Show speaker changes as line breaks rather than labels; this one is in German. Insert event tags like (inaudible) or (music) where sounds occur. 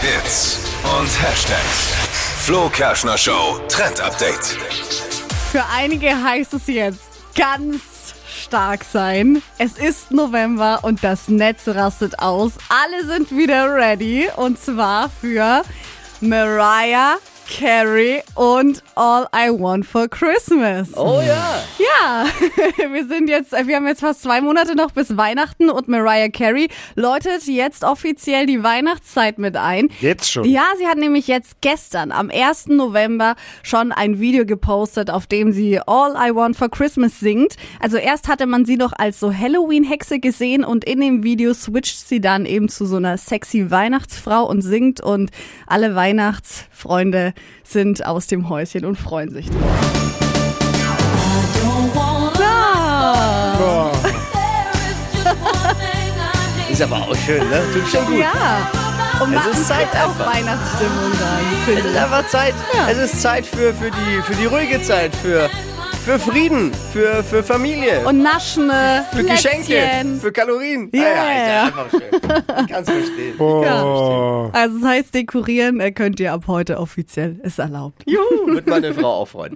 Hits und Hashtags. Flo Kerschner Show Trend Update.
Für einige heißt es jetzt ganz stark sein. Es ist November und das Netz rastet aus. Alle sind wieder ready und zwar für Mariah Carey und All I Want for Christmas.
Oh ja.
Ja, (laughs) wir sind jetzt, wir haben jetzt fast zwei Monate noch bis Weihnachten und Mariah Carey läutet jetzt offiziell die Weihnachtszeit mit ein.
Jetzt schon.
Ja, sie hat nämlich jetzt gestern am 1. November schon ein Video gepostet, auf dem sie All I Want for Christmas singt. Also erst hatte man sie noch als so Halloween-Hexe gesehen und in dem Video switcht sie dann eben zu so einer sexy Weihnachtsfrau und singt und alle Weihnachtsfreunde sind aus dem Häuschen und freuen sich drauf.
Ah.
Oh.
Ist aber auch schön, ne? Tut schon gut.
Ja. Und
Es
man
ist Zeit
kriegt auch
einfach.
Weihnachtsstimmung dann,
Es
finde
ist einfach Zeit. Es ist Zeit für, für, die, für die ruhige Zeit, für, für Frieden, für, für Familie,
ich. Und naschende
für Geschenke,
Plätzchen.
für Kalorien.
Ja.
Ah, ja, ist ja einfach schön. Ich kann's verstehen. Oh.
Ja. Also das heißt, dekorieren äh, könnt ihr ab heute offiziell. Ist erlaubt.
Juhu, wird meine Frau auch freuen.